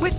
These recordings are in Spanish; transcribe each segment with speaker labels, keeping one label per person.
Speaker 1: With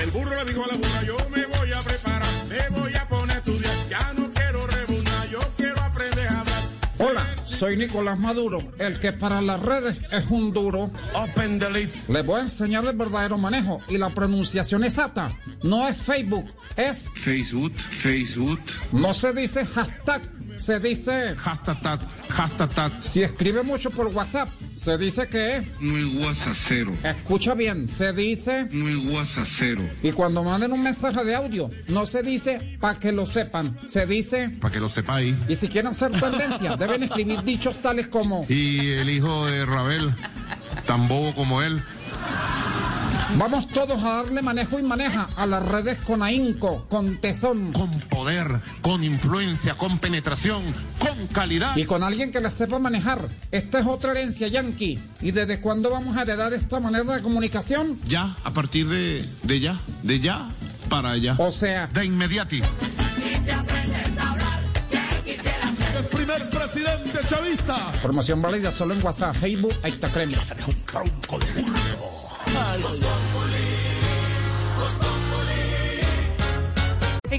Speaker 2: El burro le dijo a la burra, yo me voy a preparar, me voy a poner a estudiar, ya no quiero rebuznar, yo quiero aprender a hablar.
Speaker 3: Hola, soy Nicolás Maduro, el que para las redes es un duro.
Speaker 2: Open the list.
Speaker 3: Les voy a enseñar el verdadero manejo y la pronunciación exacta. No es Facebook, es...
Speaker 4: Facebook, Facebook,
Speaker 3: No se dice hashtag, se dice...
Speaker 4: hashtag, hashtag,
Speaker 3: Si escribe mucho por WhatsApp, se dice que es...
Speaker 4: muy guasacero,
Speaker 3: Escucha bien, se dice...
Speaker 4: muy guasacero,
Speaker 3: Y cuando manden un mensaje de audio, no se dice para que lo sepan, se dice...
Speaker 5: Para que lo sepáis.
Speaker 3: Y si quieren ser tendencia, deben escribir dichos tales como...
Speaker 5: Y el hijo de Rabel, tan bobo como él.
Speaker 3: Vamos todos a darle manejo y maneja a las redes con ahínco, con tesón.
Speaker 5: Con poder, con influencia, con penetración, con calidad.
Speaker 3: Y con alguien que la sepa manejar. Esta es otra herencia yankee. ¿Y desde cuándo vamos a heredar esta manera de comunicación?
Speaker 5: Ya, a partir de, de ya, de ya para allá.
Speaker 3: O sea,
Speaker 5: De inmediati.
Speaker 2: El primer presidente chavista.
Speaker 3: promoción válida solo en WhatsApp, Facebook, Instagram.
Speaker 6: Hey